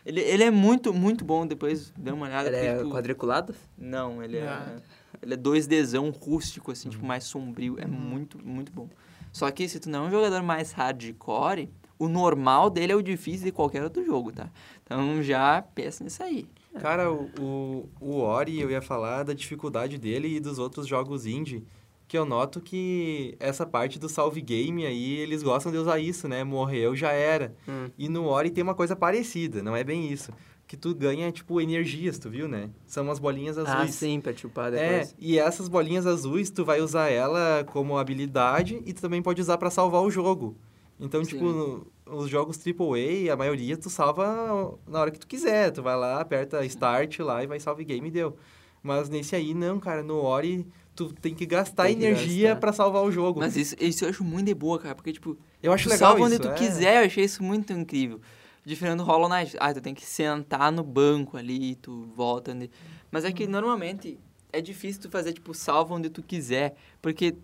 Speaker 2: Ele, ele é muito, muito bom, depois dê uma olhada.
Speaker 5: Ele
Speaker 2: porque,
Speaker 5: é
Speaker 2: tipo,
Speaker 5: quadriculado?
Speaker 2: Não, ele
Speaker 4: Ah.
Speaker 2: é, ele é 2Dzão rústico, assim, tipo, mais sombrio. É
Speaker 4: Uhum.
Speaker 2: muito, muito bom. Só que se tu não é um jogador mais hardcore, o normal dele é o difícil de qualquer outro jogo, tá? Então já pensa nisso aí.
Speaker 1: É. Cara, o, o, o Ori, eu ia falar da dificuldade dele e dos outros jogos indie. que eu noto que essa parte do salve game aí, eles gostam de usar isso, né? Morreu, já era.
Speaker 5: Hum.
Speaker 1: E no Ori tem uma coisa parecida, não é bem isso. Que tu ganha, tipo, energias, tu viu, né? São as bolinhas azuis.
Speaker 5: Ah, sim, pra chupar
Speaker 1: É,
Speaker 5: depois.
Speaker 1: e essas bolinhas azuis, tu vai usar ela como habilidade e tu também pode usar pra salvar o jogo. Então,
Speaker 2: Sim.
Speaker 1: tipo, no- os jogos AAA, a maioria tu salva na hora que tu quiser. Tu vai lá, aperta Start lá e vai salve game e deu. Mas nesse aí, não, cara. No Ori, tu tem que gastar
Speaker 5: Tem que
Speaker 1: energia
Speaker 5: gastar.
Speaker 1: pra salvar o jogo.
Speaker 2: Mas isso, isso eu acho muito de boa, cara, porque, tipo,
Speaker 1: eu acho
Speaker 2: tu
Speaker 1: legal
Speaker 2: salva onde
Speaker 1: isso,
Speaker 2: tu
Speaker 1: é.
Speaker 2: quiser, eu achei isso muito incrível. Diferente do Hollow Knight, ah, tu tem que sentar no banco ali, tu volta onde... Mas é que,
Speaker 1: Uhum.
Speaker 2: normalmente, é difícil tu fazer, tipo, salva onde tu quiser, porque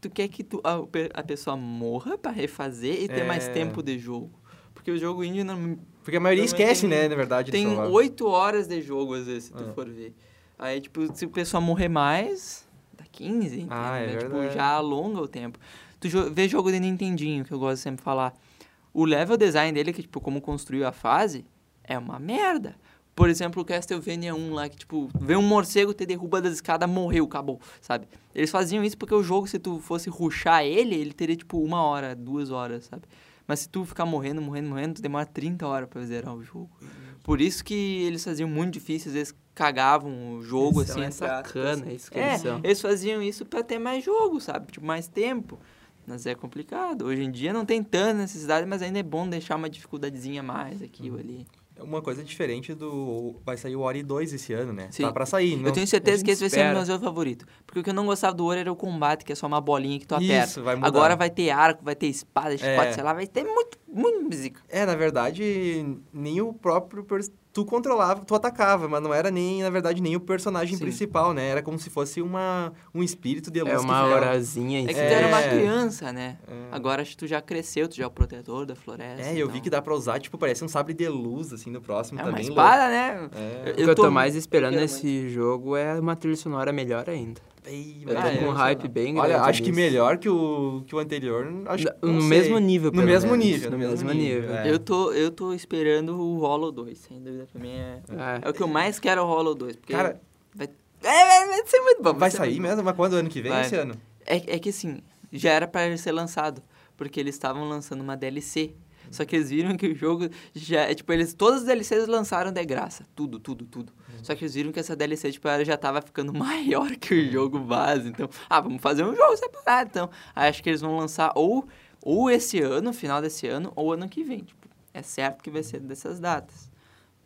Speaker 2: tu quer que tu, a, pe- a pessoa morra pra refazer e ter mais
Speaker 1: É.
Speaker 2: tempo de jogo. Porque o jogo indie não,
Speaker 1: Porque a maioria
Speaker 2: Também
Speaker 1: esquece,
Speaker 2: Então, tem-
Speaker 1: né, na verdade, de
Speaker 2: tem
Speaker 1: salvar.
Speaker 2: oito horas de jogo, às vezes, se tu
Speaker 1: É.
Speaker 2: for ver. Aí, tipo, se o pessoal morrer mais, dá 15, entendeu?
Speaker 1: Ah, é
Speaker 2: tipo,
Speaker 1: verdade.
Speaker 2: já alonga o tempo. Tu jo vê jogo de Nintendinho, que eu gosto de sempre falar. O level design dele, que, tipo, como construiu a fase, é uma merda. Por exemplo, o Castlevania 1 lá, que, tipo, vê um morcego, te derruba das escadas, morreu, acabou, sabe? Eles faziam isso porque o jogo, se tu fosse ruxar ele, ele teria, tipo, uma hora, duas horas, sabe? Mas se tu ficar morrendo, morrendo, morrendo, tu demora 30 horas pra zerar o jogo. Por isso que eles faziam muito difícil, às vezes cagavam o jogo,
Speaker 5: Eles são
Speaker 2: assim,
Speaker 5: é
Speaker 2: entre aspas.
Speaker 5: sacana, é isso que
Speaker 2: É,
Speaker 5: eles são.
Speaker 2: eles faziam isso pra ter mais jogo, sabe? Tipo, mais tempo. Mas é complicado. Hoje em dia não tem tanta necessidade, mas ainda é bom deixar uma dificuldadezinha a mais aqui ou
Speaker 5: Uhum.
Speaker 2: ali.
Speaker 1: É Uma coisa diferente do... Vai sair o Ori 2 esse ano, né?
Speaker 2: Sim.
Speaker 1: Tá pra sair, não...
Speaker 2: eu tenho certeza
Speaker 5: a
Speaker 2: que
Speaker 5: gente
Speaker 2: esse vai ser o
Speaker 5: espera.
Speaker 2: meu jogo favorito. Porque o que eu não gostava do Ouro era o combate, que é só uma bolinha que tu aperta.
Speaker 1: Isso, vai mudar.
Speaker 2: Agora vai ter arco, vai ter espada, chicote,
Speaker 1: É.
Speaker 2: sei lá, vai ter muito, muito música.
Speaker 1: É, na verdade, nem o próprio. pers- Tu controlava, tu atacava, mas não era nem, na verdade, nem o personagem
Speaker 2: Sim.
Speaker 1: principal, né? Era como se fosse uma, um espírito de luz.
Speaker 5: É
Speaker 1: que
Speaker 5: uma
Speaker 1: vela.
Speaker 5: orazinha.
Speaker 2: É que tu
Speaker 1: É.
Speaker 2: era uma criança, né?
Speaker 1: É.
Speaker 2: Agora acho que tu já cresceu, tu já é o protetor da floresta.
Speaker 1: É, eu
Speaker 2: então.
Speaker 1: vi que dá pra usar, tipo, parece um sabre de luz, assim, no próximo.
Speaker 2: É
Speaker 1: tá
Speaker 2: uma
Speaker 1: bem
Speaker 2: espada, né?
Speaker 1: louco. É.
Speaker 2: Eu-
Speaker 5: O que Ah, eu tô mais esperando
Speaker 2: quero
Speaker 5: nesse jogo é uma trilha sonora melhor ainda.
Speaker 1: Bem,
Speaker 5: Eu
Speaker 1: vai
Speaker 5: tô
Speaker 1: dar
Speaker 2: é,
Speaker 5: com um
Speaker 1: emocionado.
Speaker 5: hype bem grande.
Speaker 1: Olha, acho que
Speaker 5: nisso.
Speaker 1: melhor que o, que o anterior. Acho,
Speaker 5: Da-
Speaker 1: não
Speaker 5: no
Speaker 1: sei.
Speaker 5: mesmo nível,
Speaker 1: No
Speaker 5: pelo
Speaker 1: mesmo
Speaker 5: menos,
Speaker 1: nível,
Speaker 5: no mesmo nível.
Speaker 1: é.
Speaker 2: Eu tô, eu tô esperando o Hollow 2, sem dúvida pra mim. É,
Speaker 5: É.
Speaker 2: é o que eu mais quero é o Hollow 2. Porque
Speaker 1: Cara,
Speaker 2: vai, é, vai, vai ser muito bom.
Speaker 1: vai
Speaker 2: ser
Speaker 1: sair
Speaker 2: muito bom.
Speaker 1: mesmo? Mas quando? Ano que vem?
Speaker 2: Vai.
Speaker 1: Esse ano?
Speaker 2: É, é que assim, já era pra ser lançado, porque eles estavam lançando uma DLC. Só que eles viram que o jogo já. é, Tipo, eles. Todas as DLCs lançaram de graça. Tudo, tudo, tudo.
Speaker 5: Uhum.
Speaker 2: Só que eles viram que essa DLC, tipo, ela já tava ficando maior que o jogo base. Então, ah, vamos fazer um jogo separado. Então, Aí acho que eles vão lançar ou, ou esse ano, final desse ano, ou ano que vem. Tipo, é certo que vai ser dessas datas.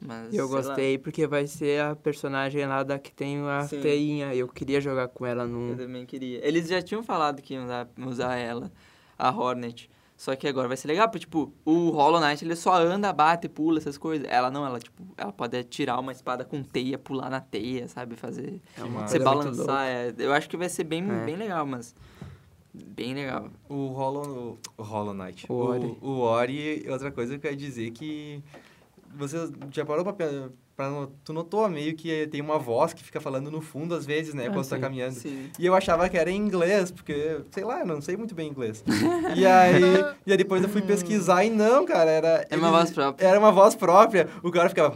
Speaker 2: Mas.
Speaker 5: E eu
Speaker 2: sei lá.
Speaker 5: gostei porque vai ser a personagem lá da que tem a
Speaker 2: Sim.
Speaker 5: teinha. Eu queria jogar com ela
Speaker 2: Eu
Speaker 1: Hum.
Speaker 5: num.
Speaker 2: também queria. Eles já tinham falado que iam dar- usar ela, a Hornet. Só que agora vai ser legal, porque, tipo, o Hollow Knight, ele só anda, bate, pula, essas coisas. Ela não, ela, tipo, ela pode tirar uma espada com teia, pular na teia, sabe? Fazer...
Speaker 5: É
Speaker 1: Ah,
Speaker 5: uma
Speaker 2: você
Speaker 5: coisa muito louca.
Speaker 2: balançar, é. Eu acho que vai ser bem,
Speaker 5: É.
Speaker 2: bem legal, mas... Bem legal.
Speaker 1: O Hollow, o Hollow Knight.
Speaker 5: O Ori.
Speaker 1: O, o Ori, outra coisa que eu ia dizer que... Você já parou pra... pe- pra no- tu notou meio que tem uma voz que fica falando no fundo às vezes, né?
Speaker 5: Ah,
Speaker 1: quando tá
Speaker 5: sim.
Speaker 1: caminhando.
Speaker 2: Sim.
Speaker 1: E eu achava que era em inglês, porque, sei lá, eu não sei muito bem inglês. e, aí, e aí depois eu fui
Speaker 5: Hum.
Speaker 1: pesquisar e não, cara, era...
Speaker 2: É uma
Speaker 1: eles-
Speaker 2: voz própria.
Speaker 1: Era uma voz própria. O cara ficava...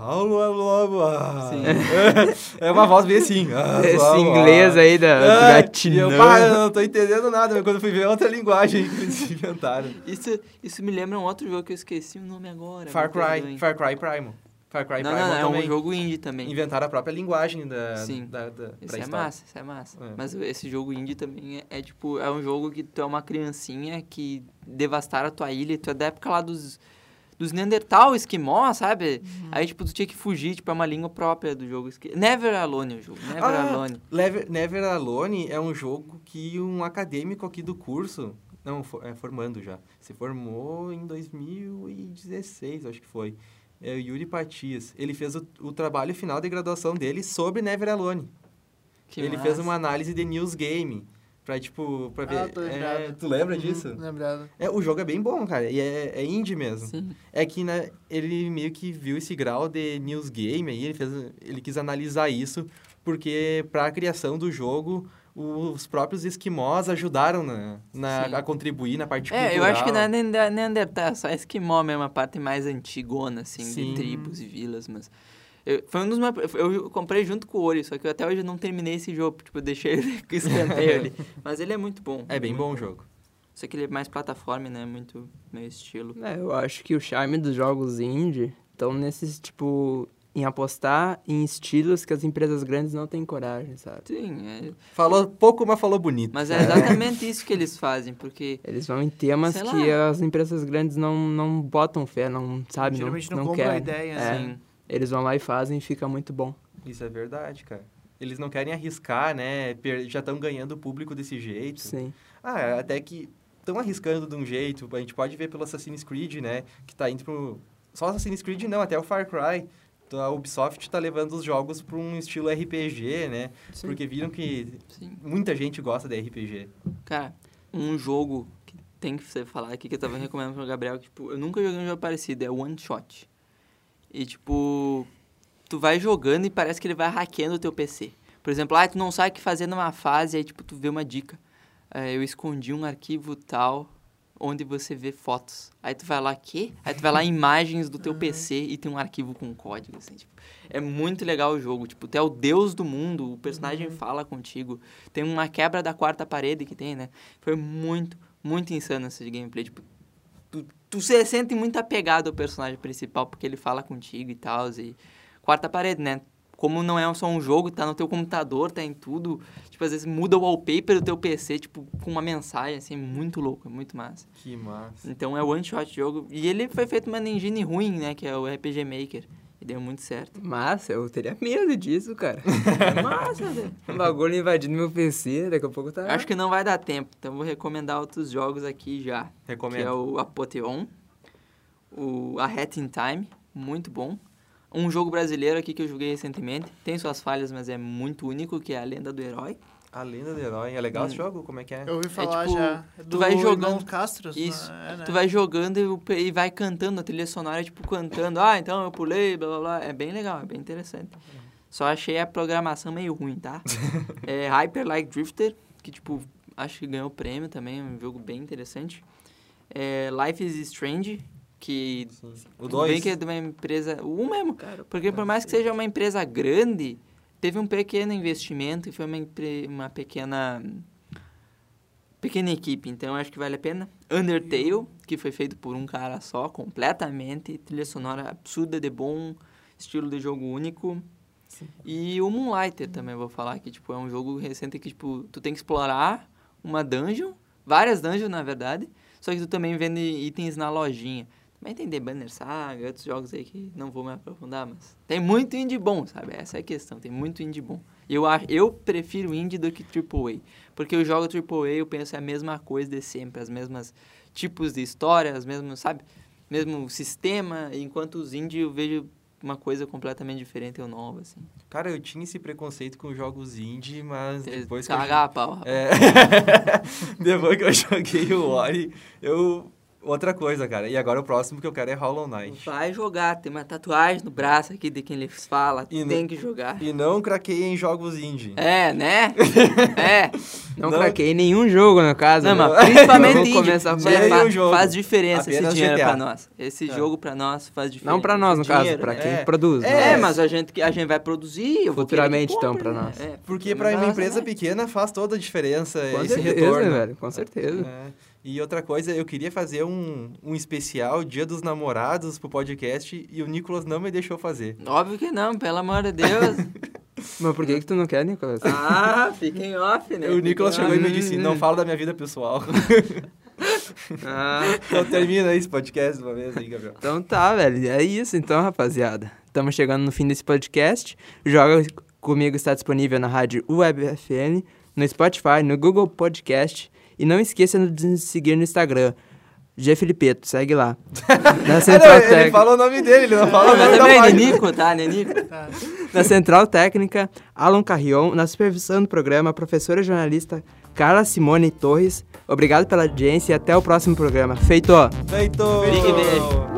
Speaker 1: Sim. é uma voz bem assim.
Speaker 5: Esse inglês aí da do
Speaker 1: Ah,
Speaker 5: gatinão.
Speaker 1: e Eu, pá, eu não tô entendendo nada, mas quando fui ver é outra linguagem que eles inventaram.
Speaker 2: Isso, isso me lembra um outro jogo que eu esqueci o nome agora.
Speaker 1: Far
Speaker 2: me
Speaker 1: Cry,
Speaker 2: perdoem.
Speaker 1: Far Cry Primal. Far Cry
Speaker 2: Não,
Speaker 1: Primal
Speaker 2: não, não, é
Speaker 1: também.
Speaker 2: um jogo indie também.
Speaker 1: Inventaram a própria linguagem da,
Speaker 2: Sim.
Speaker 1: da, da
Speaker 2: Isso
Speaker 1: pra
Speaker 2: é
Speaker 1: história.
Speaker 2: massa, isso é massa.
Speaker 1: É.
Speaker 2: Mas esse jogo indie também é, é tipo, é um jogo que tu é uma criancinha que devastaram a tua ilha, tu é da época lá dos, dos Neandertal, Esquimó, sabe? Aí, tipo, tu tinha que fugir, tipo, é uma língua própria do jogo. Esqui- Never Alone é o jogo, Never
Speaker 1: Ah!
Speaker 2: Alone.
Speaker 1: Lever- Never Alone é um jogo que um acadêmico aqui do curso, não, fo- é formando já, se formou em 2016, acho que foi. É o Yuri Patias. Ele fez o, o trabalho final de graduação dele sobre Never Alone.
Speaker 2: Que
Speaker 1: ele
Speaker 2: massa.
Speaker 1: fez um uma análise de News Game. Pra, tipo, pra ver...
Speaker 4: Ah, tô lembrado. Uhum,
Speaker 1: É, tu lembra
Speaker 2: Uhum.
Speaker 1: disso?
Speaker 4: Lembrado.
Speaker 1: É, o jogo é bem bom, cara. E é, é indie mesmo.
Speaker 2: Sim.
Speaker 1: É que né, ele meio que viu esse grau de News Game aí, ele, fez, ele quis analisar isso, porque pra criação do jogo, os próprios esquimós ajudaram na, na-
Speaker 2: Sim.
Speaker 1: a contribuir na parte
Speaker 2: É,
Speaker 1: tipo cultural.
Speaker 2: eu acho que não é Neander- Neandertal, é só Esquimó mesmo, a parte mais antigona, assim,
Speaker 1: Sim.
Speaker 2: de tribos e vilas, mas... Eu, foi um dos meus, eu comprei junto com o Ori, só que eu até hoje não terminei esse jogo. Tipo, eu deixei ele com escanteio ali. Mas ele é muito bom.
Speaker 1: É bem
Speaker 2: muito
Speaker 1: bom o jogo.
Speaker 2: Só que ele é mais plataforma, né? Muito meu estilo.
Speaker 5: É, eu acho que o charme dos jogos indie estão nesses, tipo, em apostar em estilos que as empresas grandes não têm coragem, sabe?
Speaker 2: Sim, é-
Speaker 1: Falou pouco, mas falou bonito.
Speaker 2: mas é exatamente isso que eles fazem, porque
Speaker 5: Eles vão em temas
Speaker 2: Sei
Speaker 5: que as empresas grandes não, não botam fé, não,
Speaker 2: Ah,
Speaker 5: sabe?
Speaker 4: Geralmente
Speaker 5: não,
Speaker 4: não compra a
Speaker 5: querem.
Speaker 4: ideia,
Speaker 5: É.
Speaker 4: né?
Speaker 2: assim,
Speaker 5: Eles vão lá e fazem e fica muito bom.
Speaker 1: Isso é verdade, cara. Eles não querem arriscar, né? Per- Já estão ganhando o público desse jeito.
Speaker 5: Sim.
Speaker 1: Ah, até que estão arriscando de um jeito. A gente pode ver pelo Assassin's Creed, né? Que tá indo pro... Só Assassin's Creed não, até o Far Cry. Então, A Ubisoft tá levando os jogos para um estilo RPG, né?
Speaker 5: Sim.
Speaker 1: Porque viram que
Speaker 2: sim.
Speaker 1: muita gente gosta de RPG.
Speaker 2: Cara, um jogo que tem que ser falado aqui, que eu tava recomendando pro Gabriel, que, tipo, eu nunca joguei um jogo parecido, é One Shot. E, tipo, tu vai jogando e parece que ele vai hackeando o teu PC. Por exemplo, ah, tu não sabe o que fazer numa fase, aí, tipo, tu vê uma dica. Ah, eu escondi um arquivo tal, onde você vê fotos. Aí tu vai lá, quê? Aí tu vai lá, imagens do teu PC e tem um arquivo com código, assim, tipo... É muito legal o jogo, tipo, tu é o deus do mundo, o personagem fala contigo. Tem uma quebra da quarta parede que tem, né? Foi muito, muito insano essa de gameplay. Tipo, tu, tu se sente muito apegado ao personagem principal, porque ele fala contigo e tal. E quarta parede, né? Como não é só um jogo, tá no teu computador, tá em tudo. Tipo, às vezes muda o wallpaper do teu PC, tipo, com uma mensagem, assim, muito louco, é muito massa.
Speaker 1: Que massa.
Speaker 2: Então é one shot jogo. E ele foi feito uma engine ruim, né? Que é o RPG Maker. E deu muito certo.
Speaker 5: Massa, eu teria medo disso, cara. Massa, velho. Um bagulho invadindo meu PC, daqui a pouco tá.
Speaker 2: Acho que não vai dar tempo, então vou recomendar outros jogos aqui já. Que é
Speaker 1: Recomendo.
Speaker 2: o Apoteon, o A Hat in Time, muito bom. Um jogo brasileiro aqui que eu joguei recentemente, tem suas falhas, mas é muito único, que é a Lenda do Herói.
Speaker 1: A Lenda do Herói. É legal esse
Speaker 2: Hum.
Speaker 1: jogo? Como é que é?
Speaker 4: Eu ouvi falar
Speaker 2: tipo,
Speaker 4: já.
Speaker 2: tu
Speaker 4: Do
Speaker 2: vai
Speaker 4: irmão
Speaker 2: jogando-
Speaker 4: Castros,
Speaker 2: Isso.
Speaker 4: né? É, né?
Speaker 2: Tu vai jogando e o pe- e vai cantando, a trilha sonora, tipo, cantando. Ah, então eu pulei, blá, blá, blá. É bem legal, é bem interessante. Só achei a programação meio ruim, tá? é Hyper Light Drifter, que, tipo, acho que ganhou prêmio também, é um jogo bem interessante. É Life is Strange, que
Speaker 1: Sim. O
Speaker 2: tudo bem
Speaker 1: 2.
Speaker 2: que é de uma empresa... Um mesmo, cara. Porque por mais que seja uma empresa grande, teve um pequeno investimento e foi uma, empre- uma pequena... Pequena equipe, então acho que vale a pena. Undertale, que foi feito por um cara só, completamente. Trilha sonora absurda, de bom estilo de jogo único. E o Moonlighter também, vou falar, que tipo, é um jogo recente que tipo, tu tem que explorar uma dungeon, várias dungeons na verdade, só que tu também vende itens na lojinha. Também tem The Banner Saga, outros jogos aí que não vou me aprofundar, mas tem muito indie bom, sabe? Essa é a questão, tem muito indie bom. E Eu, acho- eu prefiro indie do que AAA, porque eu jogo AAA, eu penso é a mesma coisa de sempre, as mesmas tipos de história, as mesmas, sabe? Mesmo sistema, enquanto os indie eu vejo uma coisa completamente diferente ou nova, assim.
Speaker 1: Cara, eu tinha esse preconceito com jogos indie, mas depois que eu
Speaker 2: Cagar a pau, rapaz.
Speaker 1: É. Depois que eu joguei o Ori, eu. Outra coisa, cara. E agora o próximo que eu quero é Hollow Knight.
Speaker 2: Vai jogar, tem uma tatuagem no braço aqui de quem lhes fala,
Speaker 1: E
Speaker 2: tem
Speaker 1: no-
Speaker 2: que jogar.
Speaker 1: E não craquei em jogos indie.
Speaker 2: É, né? é.
Speaker 5: Não,
Speaker 1: Não.
Speaker 5: craquei nenhum jogo, no caso.
Speaker 2: Não,
Speaker 5: né?
Speaker 2: mas principalmente
Speaker 5: Vamos
Speaker 2: indie.
Speaker 5: começar
Speaker 2: Mas
Speaker 5: por
Speaker 1: Nenhum
Speaker 2: fa-
Speaker 1: jogo.
Speaker 2: Faz diferença
Speaker 1: Apenas
Speaker 2: esse dinheiro
Speaker 1: GTA.
Speaker 2: pra nós. Esse
Speaker 1: É.
Speaker 2: jogo pra nós faz diferença.
Speaker 5: Não pra nós, no
Speaker 2: Dinheiro,
Speaker 5: caso, pra
Speaker 2: né?
Speaker 5: quem
Speaker 1: É.
Speaker 5: produz.
Speaker 2: É,
Speaker 5: né?
Speaker 2: mas a gente, que- a gente vai produzir. Eu vou querer que
Speaker 5: Futuramente, então,
Speaker 2: compre,
Speaker 5: pra
Speaker 2: né?
Speaker 5: nós.
Speaker 2: É,
Speaker 1: Porque
Speaker 2: pra
Speaker 1: para uma
Speaker 2: nós,
Speaker 1: empresa
Speaker 2: né?
Speaker 1: pequena faz toda a diferença
Speaker 5: Com
Speaker 1: esse
Speaker 5: certeza, né,
Speaker 1: retorno.
Speaker 5: velho, com certeza.
Speaker 1: É. E outra coisa, eu queria fazer um, um especial Dia dos Namorados pro podcast e o Nicolas não me deixou fazer.
Speaker 2: Óbvio que não, pelo amor de Deus.
Speaker 5: Mas por que que tu não quer, Nicolas?
Speaker 2: ah, fiquem off, né?
Speaker 1: O Nicolas
Speaker 2: Fiquem
Speaker 1: chegou e
Speaker 2: off.
Speaker 1: me disse, não fala da minha vida pessoal.
Speaker 2: Ah.
Speaker 1: então termina esse podcast de uma vez aí, Gabriel.
Speaker 5: Então tá, velho. É isso então, rapaziada. Estamos chegando no fim desse podcast. Joga comigo está disponível na rádio UwebFN, no Spotify, no Google Podcast. E não esqueça de nos seguir no Instagram. G Felipeto, segue lá. Na
Speaker 1: Ah,
Speaker 5: Central,
Speaker 1: não, ele
Speaker 5: Tec-
Speaker 1: fala o nome dele, ele não fala o
Speaker 2: Mas
Speaker 1: nome da
Speaker 2: também,
Speaker 1: página.
Speaker 2: Nenico, tá? Nenico.
Speaker 4: Tá.
Speaker 5: na Central Técnica, Alan Carrion. Na supervisão do programa, a professora e jornalista Carla Simone Torres. Obrigado pela audiência e até o próximo programa. Feito!
Speaker 1: Feito!
Speaker 2: Big beijo.